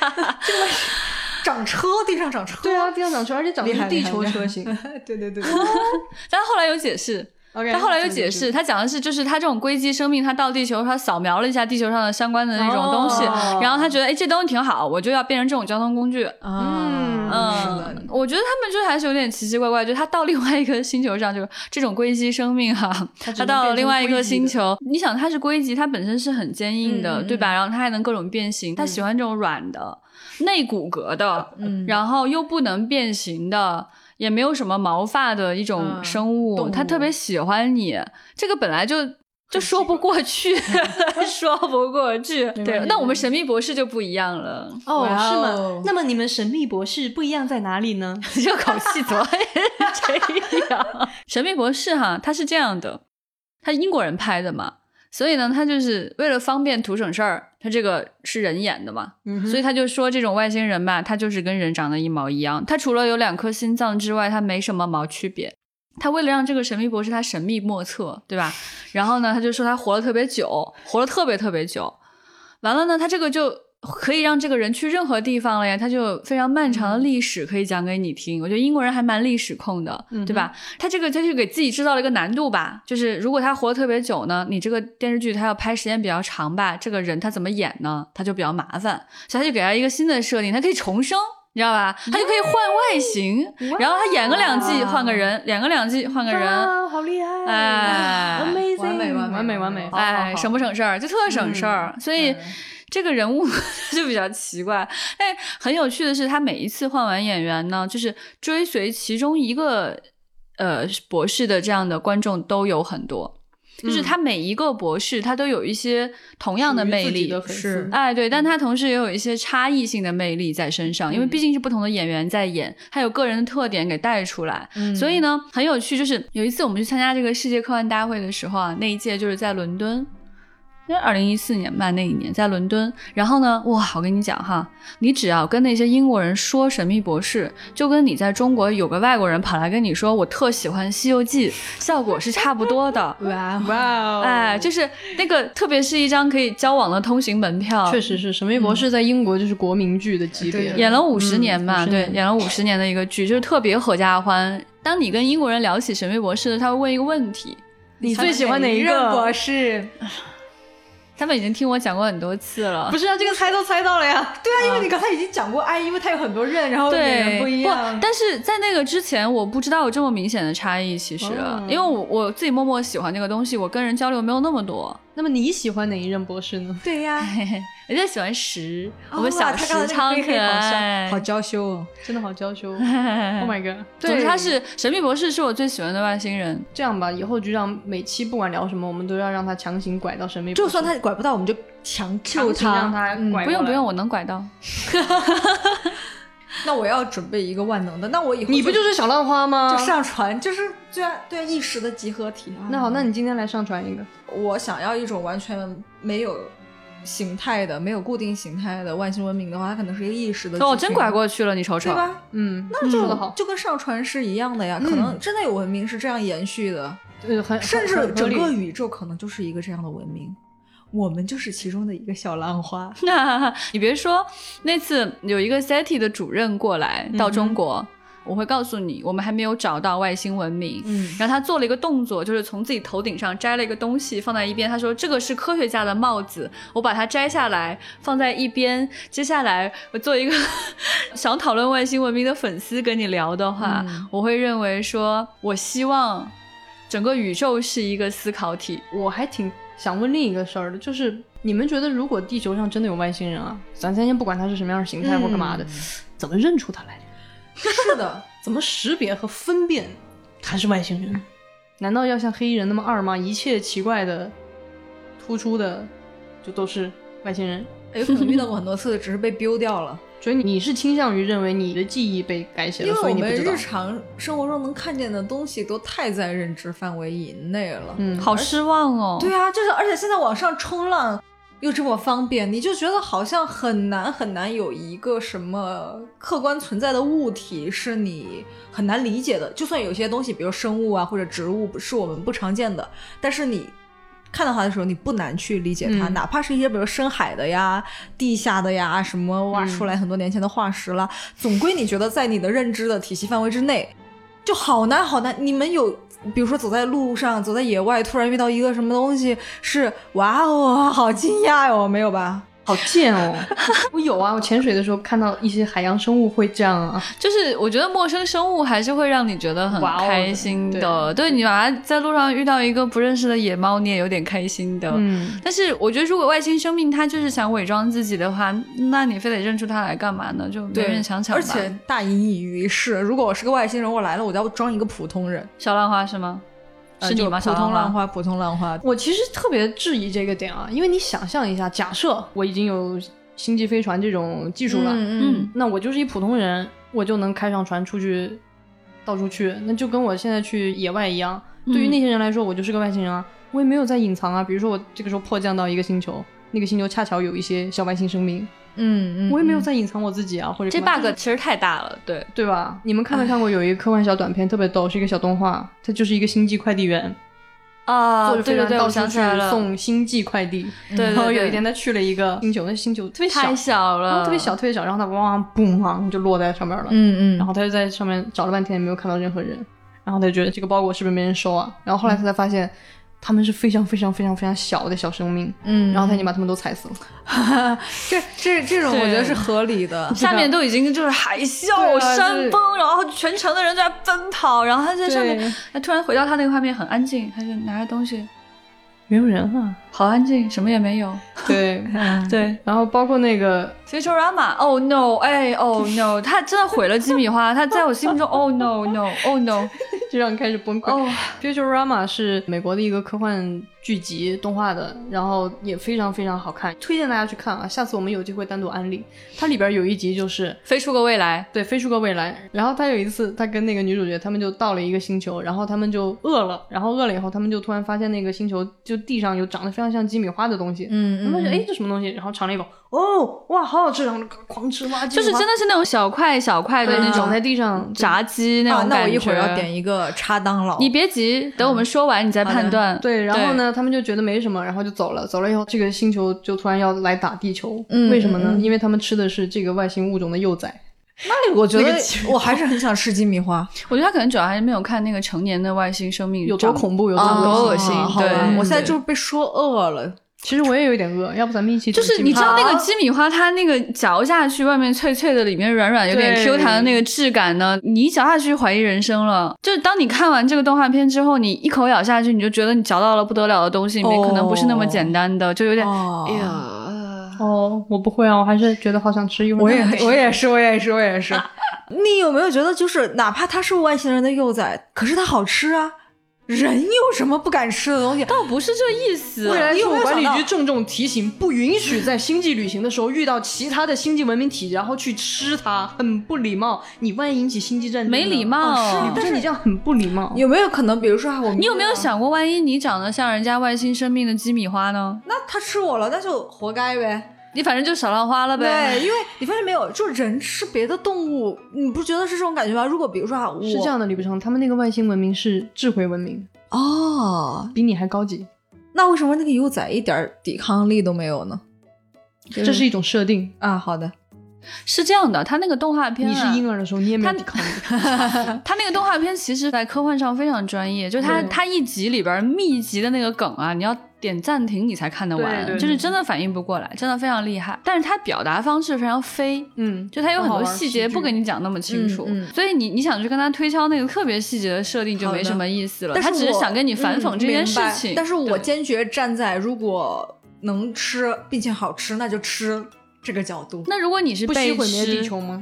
S3: 长车，地上长车，
S1: 对啊，地上长车，而且长的
S3: 厉害
S1: 是地
S3: 厉害
S1: 球
S3: 厉害
S1: 车型。
S3: 对对对对，
S2: 但后来有解释。
S1: OK，
S2: 他后来有解释，他讲的是，就是他这种硅基生命，他到地球，他扫描了一下地球上的相关的那种东西，
S1: 哦
S2: 然后他觉得，哎，这东西挺好，我就要变成这种交通工具。
S1: 嗯
S3: 啊，
S2: 嗯，我觉得他们就还是有点奇奇怪 怪，就他到另外一个星球上，就是这种硅基生命哈、
S1: 他只
S2: 他
S1: 能
S2: 到了
S1: 变
S2: 另
S1: 成
S2: 外一个
S1: 硅基
S2: 星
S1: 的
S2: 球，你想它是硅基，它本身是很坚硬的，
S3: 嗯嗯
S2: 对吧？然后它还能各种变形，它喜欢这种软的、内骨骼的，
S3: 嗯
S2: 然后又不能变形的。也没有什么毛发的一种
S3: 嗯
S2: 生物，
S3: 动
S2: 它特
S3: 物
S2: 别喜欢你，这个本来就就说不过去， 说不过去。
S1: 关
S2: 对
S1: 系，
S2: 那我们神秘博士就不一样了，
S1: 哦，
S3: 哇
S1: 是
S3: 哦
S1: 吗？那么你们神秘博士不一样在哪里呢？
S2: 这口气怎么会这样？神秘博士哈，他是这样的，他英国人拍的嘛，所以呢，他就是为了方便图省事儿，他这个是人演的嘛，所以他就说这种外星人吧，他就是跟人长得一毛一样，他除了有两颗心脏之外，他没什么毛区别。他为了让这个神秘博士他神秘莫测，对吧？然后呢，他就说他活了特别久，活了特别特别久。完了呢，他这个就可以让这个人去任何地方了呀，他就有非常漫长的历史可以讲给你听。我觉得英国人还蛮历史控的，对吧？他这个他就给自己制造了一个难度吧，就是如果他活得特别久呢，你这个电视剧他要拍时间比较长吧，这个人他怎么演呢？他就比较麻烦，所以他就给他一个新的设定，他可以重生。你知道吧？他就可以换外形，
S1: 嗯
S2: 然后他演个两季换个人，演个两季换个人，
S1: 哇好厉害
S2: 哎
S1: ，amazing，
S3: 完美完美
S1: 完美
S3: 完
S1: 完
S3: 美
S1: 美
S3: 好
S2: 哎，省不省事儿？就特省事
S1: 嗯
S2: 儿，所以。这个人物 就比较奇怪，但很有趣的是，他每一次换完演员呢，就是追随其中一个呃博士的这样的观众都有很多，就是
S1: 嗯
S2: 他每一个博士他都有一些同样的魅力，
S3: 是
S2: 哎，对，但他同时也有一些差异性的魅力在身上，因为毕竟是不同的演员在演，还有个人的特点给带出来，所以呢很有趣。就是有一次我们去参加这个世界科幻大会的时候啊，那一届就是在伦敦。那二零一四年吧，那一年在伦敦。然后呢，哇，我跟你讲哈，你只要跟那些英国人说《神秘博士》，就跟你在中国有个外国人跑来跟你说我特喜欢《西游记》，效果是差不多的。
S3: 哇哦，
S1: 哇哦，
S2: 哎，就是那个，特别是一张可以交往的通行门票，
S1: 确实是《神秘博士》在英国就是国民啊嗯剧的级
S3: 对
S1: 别，
S2: 演了五十年嘛，
S3: 嗯
S1: 50
S2: 对，
S1: 年
S2: 演了五十年的一个剧，就是特别合家欢。当你跟英国人聊起《神秘博士》，他会问一个问题，
S1: 你最喜欢哪一个？
S3: 博士？
S2: 他们已经听我讲过很多次了。
S1: 不是啊，这个猜都猜到了呀。
S3: 对啊，因为你刚才已经讲过，哎，因为他有很多任，然后演
S2: 对，
S3: 员不一样。
S2: 但是在那个之前，我不知道有这么明显的差异。其实，
S1: 哦
S2: 啊因为我我自己默默喜欢这个东西，我跟人交流没有那么多。
S1: 那么你喜欢哪一任博士呢？
S3: 对呀、
S2: 嘿嘿，人家喜欢石，我
S3: 哦
S2: 们
S3: 哇
S2: 小
S3: 他
S2: 石
S3: 刚才那个
S2: 超
S3: 嘿
S2: 可
S3: 嘿好像
S2: 爱。
S3: 好娇羞哦。
S1: 真的好娇羞。
S2: oh
S1: Oh my god！
S2: 总之，他是《神秘博士》是我最喜欢的外星人。
S1: 这样吧，以后就让每期不管聊什么，我们都要让他强行拐到神秘博
S3: 就
S1: 士，
S3: 算他拐不到，我们就强
S1: 强
S3: 救
S1: 行让
S3: 他。嗯
S1: 他拐、
S2: 不用不用，，我能拐到。
S3: 那我要准备一个万能的，那我以后
S1: 你不就是小浪花吗？
S3: 就上传，就是对啊对啊一时的集合体啊。
S1: 那好，那你今天来上传一个。
S3: 我想要一种完全没有形态的、没有固定形态的外星文明的话，它可能是一个意识的。
S2: 哦，真拐，过去了，你瞅瞅。
S3: 对吧？
S1: 嗯，
S3: 那就
S1: 说的好，
S3: 就跟上传是一样的呀，
S1: 嗯
S3: 可能真的有文明是这样延续的，
S1: 呃， 很
S3: 甚
S1: 很
S3: 至
S1: 很合
S3: 整
S1: 理
S3: 个宇宙可能就是一个这样的文明，我们就是其中的一个小浪花。
S2: 那 你别说，那次有一个 SETI 的主任过来到中国，我会告诉你，我们还没有找到外星文明。
S3: 嗯，
S2: 然后他做了一个动作，就是从自己头顶上摘了一个东西放在一边。他说：“这个是科学家的帽子，我把它摘下来放在一边。接下来我做一个 想讨论外星文明的粉丝跟你聊的话，
S3: 嗯
S2: 我会认为说，我希望整个宇宙是一个思考体。
S1: 我还挺想问另一个事儿的，就是你们觉得如果地球上真的有外星人啊，咱先先不管他是什么样的形态或干嘛的，怎么认出他来？
S3: 是的，
S1: 怎么识别和分辨他是外星人？难道要像黑衣人那么二吗？一切奇怪的、突出的，就都是外星人？
S3: 有哎可能遇到过很多次，只是被丢掉 了。
S1: 所以你是倾向于认为你的记忆被改写
S3: 因
S1: 了，
S3: 为
S1: 所以
S3: 我
S1: 你不
S3: 们
S1: 知道
S3: 日。常生活中能看见的东西都太在认知范围以内了。
S1: 嗯，
S2: 好失望哦。
S3: 对啊，就是而且现在网上冲浪又这么方便，你就觉得好像很难很难有一个什么客观存在的物体是你很难理解的。就算有些东西，比如生物啊或者植物，是我们不常见的，但是你。看到它的时候，你不难去理解它，
S1: 嗯
S3: 哪怕是一些比如深海的呀、地下的呀，什么挖出来很多年前的化石啦，总归你觉得在你的认知的体系范围之内，就好难好难。你们有，比如说走在路上，走在野外，突然遇到一个什么东西，是哇哦，好惊讶哟、没有吧？
S1: 好贱哦！ 我有啊，我潜水的时候看到一些海洋生物会这样啊，
S2: 就是我觉得陌生生物还是会让你觉得很
S1: 哇哦
S2: 开心的，
S1: 对
S2: 对你把它在路上遇到一个不认识的野猫，你也有点开心的。
S1: 嗯，
S2: 但是我觉得，如果外星生命它就是想伪装自己的话，那你非得认出它来干嘛呢？就勉勉强强吧。
S3: 而且大隐隐于市。如果我是个外星人，我来了，我就要装一个普通人，
S2: 小浪花是吗？
S3: 呃
S2: 是你
S3: 就
S2: 吗？
S3: 普
S2: 小
S3: 通
S2: 浪
S3: 浪。花，普通浪花。
S1: 我其实特别质疑这个点啊，因为你想象一下，假设我已经有星际飞船这种技术了，
S3: 嗯
S2: 嗯，
S1: 那我就是一普通人，我就能开上船出去到处去，那就跟我现在去野外一样。
S3: 嗯
S1: 对于那些人来说，我就是个外星人啊，我也没有在隐藏啊。比如说我这个时候迫降到一个星球，那个星球恰巧有一些小外星生命，
S3: 嗯嗯，
S1: 我也没有
S3: 嗯
S1: 在隐藏我自己啊，或者
S2: 这
S1: 干嘛
S2: bug 其实太大了，对，
S1: 对吧？你们看没看过有一个科幻小短片特别逗，是一个小动画，它就是一个星际快递员，
S2: 啊，
S1: 坐着
S2: 对
S1: 飞船
S2: 对对，
S1: 到
S2: 我
S1: 处
S2: 想
S1: 去
S2: 起来了，
S1: 送星际快递。
S2: 对对对，
S1: 然后有一天他去了一个星球，那星球特别小，
S2: 太小
S1: 然后
S2: 了，
S1: 特别小，特别小，然后他汪汪嘣汪就落在上面了。
S3: 嗯
S1: 然后他就在上面找了半天，没有看到任何人，然后他就觉得这个包裹是不是没人收啊？然后后来他才发现，他们是非常非常非常非常小的小生命，
S3: 嗯
S1: 然后他已经把他们都踩死了。
S3: 这这这种我觉得是合理的。
S2: 下面都已经就是海啸、
S1: 对啊
S2: 山崩，然后全城的人在奔跑，然后他在上面
S1: 对，
S2: 他突然回到他那个画面，很安静，他就拿着东西，
S1: 没有人啊，
S2: 好安静，什么也没有。
S1: 对。
S3: 嗯
S2: 对
S1: 然后包括那个，
S2: ，Futurama，Oh no，哎，Oh no，他真的毁了吉米花，他在我心目中，Oh no no，Oh no，
S1: 就让你开始崩溃。
S2: 哦，
S1: Futurama 是美国的一个科幻剧集动画的，然后也非常非常好看，推荐大家去看啊！下次我们有机会单独安利。它里边有一集就是
S2: 飞出个未来，
S1: 对飞出个未来，然后他有一次他跟那个女主角他们就到了一个星球，然后他们就饿了，然后饿了以后他们就突然发现那个星球就地上有长得非常像鸡米花的东西，他
S3: 嗯
S1: 们就哎这什么东西，然后尝了一口，哦哇好好吃，然后就狂吃
S3: 啊
S1: 哇，
S2: 就是真
S1: 的
S2: 的是那种小块小块的那
S1: 长在
S2: 种
S1: 地上
S2: 炸鸡 那
S3: 啊
S2: 种，
S3: 那
S2: 感
S3: 我
S2: 觉。
S3: 一会儿要点一个叉当劳。
S2: 你别急，等我们说完你再判断。
S1: 对，然后呢，他们就觉得没什么，然后就走了。走了以后，这个星球就突然要来打地球，
S3: 嗯
S1: 为什么呢？
S3: 嗯嗯
S1: 因为他们吃的是这个外星物种的幼崽。
S3: 那我觉
S1: 那
S3: 得
S1: 个鸡
S3: 我还是很想吃鸡米 花。
S2: 我觉得他可能主要还是没有看那个成年的外星生命
S1: 有多
S2: 长
S1: 恐怖有多
S2: 啊
S1: 恶
S2: 恶心
S3: 啊好
S2: 对
S3: 吧我现在
S2: 对
S3: 就是被说饿了。
S1: 其实我也有一点饿，要不咱们一起
S2: 就是
S1: 去
S2: 你
S1: 吃
S2: 知道那个鸡米花，它那个嚼下去，外面脆脆的，里面软软，有点
S1: 对
S2: Q 弹的那个质感呢，你一嚼下去就怀疑人生了。就是当你看完这个动画片之后，你一口咬下去，你就觉得你嚼到了不得了的东西，里面
S3: 哦
S2: 可能不是那么简单的，就有点，
S3: 哦
S2: 哎呀，
S1: 哦，我不会啊，我还是觉得好想吃。一会儿
S3: 我也
S1: 再
S3: 我也是我也是我 也是。你有没有觉得，就是哪怕它是外星人的幼崽，可是它好吃啊？人有什么不敢吃的东西？
S2: 倒不是这意思。
S1: 未来
S3: 你
S1: 事
S3: 有没
S1: 务
S3: 有
S1: 管理
S3: 想
S1: 局
S3: 到
S1: 郑重提醒，不允许在星际旅行的时候遇到其他的星际文明体，然后去吃它，很不礼貌。你万一引起星际战争呢，
S2: 没礼貌
S1: 哦
S2: 是
S1: 但是你这样很不礼貌。
S3: 有没有可能，比如说啊我们
S2: 你有没有想过，万一你长得像人家外星生命的鸡米花呢？
S3: 那他吃我了，那就活该呗。
S2: 你反正就少浪花了呗。
S3: 对，因为你发现没有，就人吃别的动物，你不觉得是这种感觉吗？如果比如说啊，我
S1: 是这样的，李不成，他们那个外星文明是智慧文明，
S3: 哦，
S1: 比你还高级。
S3: 那为什么那个幼崽一点儿抵抗力都没有呢？
S1: 这是一种设定。
S3: 啊，好的，
S2: 是这样的，他那个动画片、啊，
S1: 你是婴儿的时候，你也没有
S2: 他
S1: 抵抗 力。
S2: 他那个动画片其实，在科幻上非常专业，就是他
S1: 对
S2: 他一集里边密集的那个梗啊，你要点暂停你才看得完，
S1: 对对
S2: 就是真的反应不过来，真的非常厉害。但是他表达方式非常飞。
S1: 嗯，
S2: 就他有很
S1: 好
S2: 多
S1: 玩
S2: 细节不跟你讲那么清楚，
S3: 嗯嗯
S2: 所以你你想去跟他推敲那个特别细节的设定就
S3: 好的
S2: 没什么意思了。
S3: 但是
S2: 他只是
S3: 我
S2: 想跟你反讽
S3: 嗯
S2: 这件
S3: 明
S2: 事
S3: 白
S2: 情。
S3: 但是我
S2: 对
S3: 坚决站在如果能吃并且好吃，那就吃这个角度，
S2: 那如果你是
S1: 不惜
S2: 被
S1: 毁灭
S2: 吃
S1: 地球吗？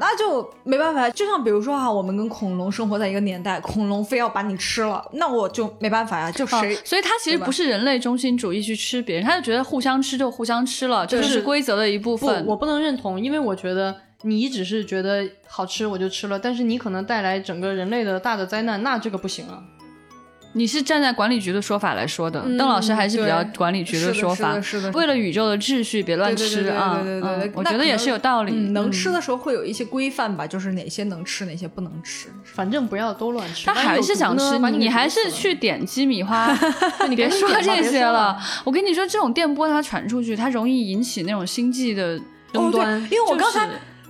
S3: 那就没办法。就像比如说哈、我们跟恐龙生活在一个年代，恐龙非要把你吃了，那我就没办法呀、就
S2: 哦
S3: 谁、
S2: 所以他其实
S3: 对吧
S2: 不是人类中心主义去吃别人，他就觉得互相吃就互相吃了，这就是规则的一部
S1: 不，
S2: 分。
S1: 我不能认同，因为我觉得你只是觉得好吃我就吃了，但是你可能带来整个人类的大的灾难，那这个不行啊。
S2: 你是站在管理局的说法来说的，
S3: 嗯
S2: 邓老师还是比较
S3: 对
S2: 管理局
S3: 是的
S2: 说法。
S3: 是的，是的，
S2: 为了宇宙的秩序，别乱
S3: 对对
S2: 吃
S3: 对
S2: 啊！
S3: 对对对对
S2: 嗯
S3: 那
S2: 我觉
S3: 可
S2: 得也
S3: 能
S2: 是有道理。
S3: 嗯，能
S2: 嗯
S3: 吃的时候会有一些规范吧，就是哪些能吃，哪些不能吃。
S1: 反正不要都乱吃。
S2: 他
S1: 万一有
S2: 还是想
S1: 毒呢
S2: 吃
S1: 把
S2: 你，
S1: 给
S2: 你还
S1: 毒死
S2: 是
S1: 了
S2: 去点鸡米 花。
S1: 你
S2: 别
S1: 赶紧
S2: 说
S1: 点吧别
S2: 这些
S1: 说
S2: 了
S1: 了，
S2: 我跟你说，这种电波它传出去，它容易引起那种星际的
S1: 终
S3: 哦，对
S1: 端，
S3: 因为
S2: 就
S3: 我刚
S2: 是
S3: 才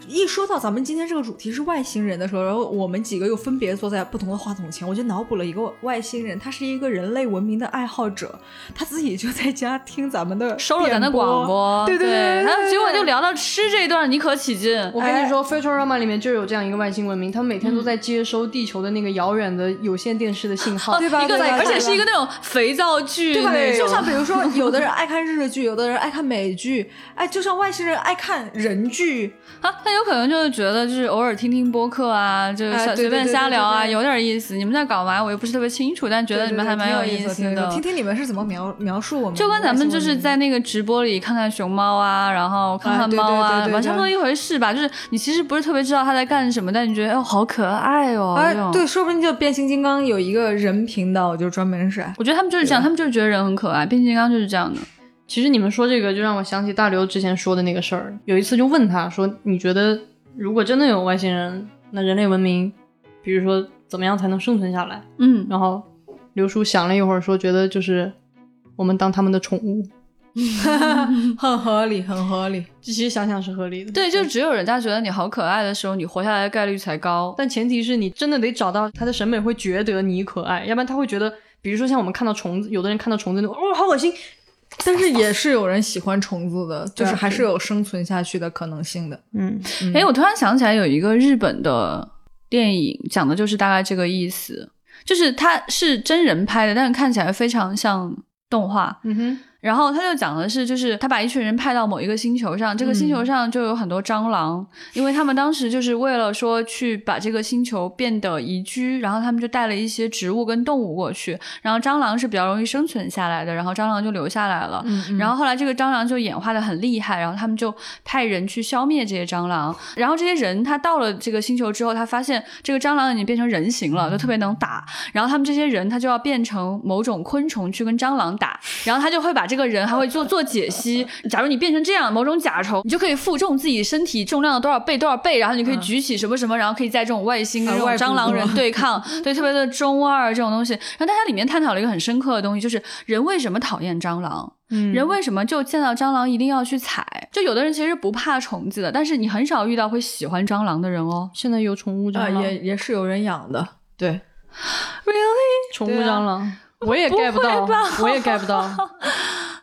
S3: 一说到咱们今天这个主题是外星人的时候，然后我们几个又分别坐在不同的话筒前，我就脑补了一个外星人，他是一个人类文明的爱好者，他自己就在家听咱们 的
S2: 收了咱的
S3: 电
S2: 广播。
S3: 对
S2: 对
S3: 对，
S2: 然后结果就聊
S3: 聊
S2: 到吃这一段，你可起劲。
S1: 我跟你说，《Futurama》里面就有这样一个外星文明，他们每天
S2: 嗯
S1: 都在接收地球的那个遥远的有线电视的信号，
S3: 对吧
S2: 一个
S3: 对吧
S2: 而且
S3: 对吧
S2: 是一个那种肥皂剧
S3: 对吧
S2: 那？
S3: 就
S2: 种。
S3: 像比 如说，有的人爱看日剧，有的人爱看美剧，哎，就像外星人爱看人剧，
S2: 啊，他有可能就是觉得就是偶尔听听播客啊，就是
S3: 哎
S2: 小
S3: 对
S2: 随
S3: 对
S2: 便
S3: 对
S2: 瞎
S3: 对
S2: 聊啊，
S3: 对对
S2: 有点意思。你们在搞嘛？我也不是特别清楚，但觉得你们还蛮
S3: 有
S2: 意
S3: 思挺
S2: 的。
S3: 听听你们是怎么描描述我们的
S2: 就
S3: 外
S2: 跟
S3: 星文
S2: 咱
S3: 明，
S2: 们就是在那个直播里看看熊猫啊，然后看
S3: 哎
S2: 看
S3: 对对
S2: 猫啊，
S3: 对对
S2: 完全
S3: 对
S2: 不一回事吧？就是你其实不是特别知道它在干什么，但你觉得哦，好可爱哦。
S3: 哎
S2: 这种，
S3: 对，说不定就变形金刚有一个人频道，就专门 是爱
S2: 我觉得他们就是这样，他们就是觉得人很可爱。变形金刚就是这样的。
S1: 其实你们说这个，就让我想起大刘之前说的那个事儿。有一次就问他说：“你觉得如果真的有外星人，那人类文明，比如说怎么样才能生存下来
S2: 嗯？”，
S1: 然后刘叔想了一会儿说，觉得就是我们当他们的宠物，
S3: 很合理，很合理。
S1: 其实想想是合理的。
S2: 对，就只有人家觉得你好可爱的时候，你活下来的概率才高。
S1: 但前提是你真的得找到他的审美会觉得你可爱，要不然他会觉得，比如说像我们看到虫子，有的人看到虫子那种，哦，好恶心，
S3: 但是也是有人喜欢虫子的，就
S1: 对啊
S3: 是还是有生存下去的可能性的。
S1: 嗯，
S3: 嗯
S2: 哎、我突然想起来有一个日本的电影，讲的就是大概这个意思，就是它是真人拍的，但是看起来非常像动画。
S1: 嗯哼，
S2: 然后他就讲的是，就是他把一群人派到某一个星球上，这个星球上就有很多蟑螂，因为他们当时就是为了说去把这个星球变得宜居，然后他们就带了一些植物跟动物过去，然后蟑螂是比较容易生存下来的，然后蟑螂就留下来了。
S3: 嗯，嗯
S2: 然后后来这个蟑螂就演化的很厉害，然后他们就派人去消灭这些蟑螂。然后这些人他到了这个星球之后，他发现这个蟑螂已经变成人形了，就特别能打。然后他们这些人他就要变成某种昆虫去跟蟑螂打，然后他就会把这个人还会做做解析。假如你变成这样某种甲虫，你就可以负重自己身体重量的多少倍多少倍，然后你可以举起什么什么，然后可以在这种外星跟
S3: 啊
S2: 这种
S3: 嗯外部
S2: 蟑螂人
S3: 的
S2: 对抗，对特别的中二这种东西。然后但它里面探讨了一个很深刻的东西，就是人为什么讨厌蟑螂。
S1: 嗯
S2: 人为什么就见到蟑螂一定要去踩？就有的人其实不怕虫子的，但是你很少遇到会喜欢蟑螂的人哦。
S1: 现在有宠物蟑
S3: 啊，
S1: 螂，
S3: 也也是有人养的，对。
S2: Really？
S1: 宠物
S3: 对啊
S1: 蟑螂，我也
S2: 不
S1: get 不到
S2: 会吧，
S1: 我也 get 不到。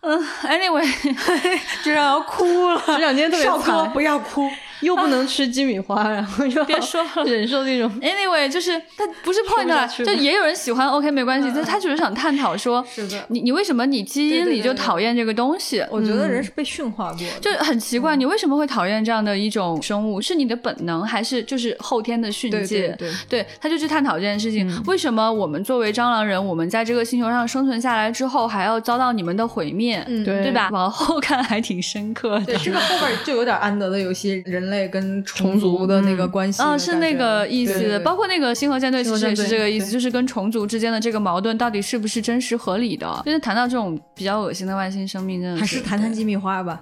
S2: 嗯、a n y w a y
S3: 这让要哭 了，
S1: 这两天特别
S3: 少哥
S1: 惨
S3: 不要哭，
S1: 又不能吃鸡米花，然后又
S2: 别说了
S1: 忍受这种
S2: Anyway，就是但不是 point
S1: 不下
S2: 啦，
S1: 去
S2: 就
S1: 了
S2: 也有人喜欢，OK 没关系，就他只是想探讨说，
S3: 嗯是的
S2: 你你为什么你基因
S3: 对对
S2: 里就
S3: 对对
S2: 讨厌这个东西？
S3: 我嗯觉得人是被驯化过的，
S2: 就很奇怪，你为什么会讨厌这样的一种生物？是你的本能，还是就是后天的训
S3: 对
S2: 诫？
S3: 对嗯对，
S2: 对，他就去探讨这件事情，为什么我们作为蟑螂人，我们在这个星球上生存下来之后，还要遭到你们的毁灭，
S3: 嗯
S1: 对
S2: 对吧？往后 看还挺深刻
S3: 对
S2: 的。
S3: 这个后边就有点安德的游戏，人类跟虫族的那个关系的
S2: 嗯，
S3: 感觉哦
S2: 是那个意思
S3: 对对
S2: 的，
S3: 对
S2: 包括那个星河战队
S1: 星河
S2: 其实也
S1: 战
S2: 是这
S1: 队
S2: 个意思，
S1: 对
S2: 就是跟虫族之间的这个矛盾到底是不是真实合理的？就是谈到这种比较恶心的外星生命，真的
S3: 还是谈谈鸡米花吧，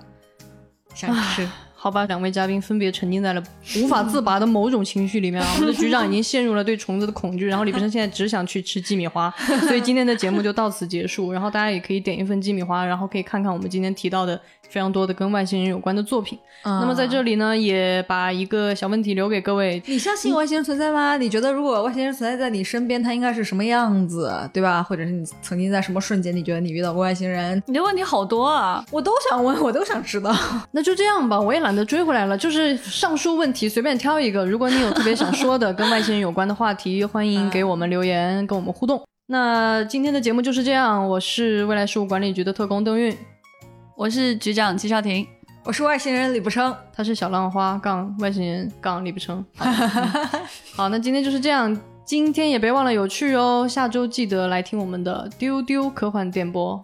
S3: 想吃。
S1: 好吧，两位嘉宾分别沉浸在了无法自拔的某种情绪里面啊。我们的局长已经陷入了对虫子的恐惧，然后李培生现在只想去吃鸡米花，所以今天的节目就到此结束。然后大家也可以点一份鸡米花，然后可以看看我们今天提到的非常多的跟外星人有关的作品。那么
S3: 嗯
S1: 在这里呢，也把一个小问题留给各位，
S3: 你相信外星人存在吗？你觉得如果外星人存在在你身边，他应该是什么样子，对吧？或者是你曾经在什么瞬间，你觉得你遇到过外星人？
S2: 你的问题好多啊，
S3: 我都想问，我都想知道。
S1: 那就这样吧，我也懒得追回来了。就是上述问题随便挑一个，如果你有特别想说的跟外星人有关的话题，欢迎给我们留言，跟我们互动。那今天的节目就是这样，我是未来事务管理局的特工邓韵，
S2: 我是局长季少廷，
S3: 我是外星人李不生，
S1: 他是小浪花杠外星人杠李不成。好,、嗯好，那今天就是这样，今天也别忘了有趣哦，下周记得来听我们的丢丢科幻电波，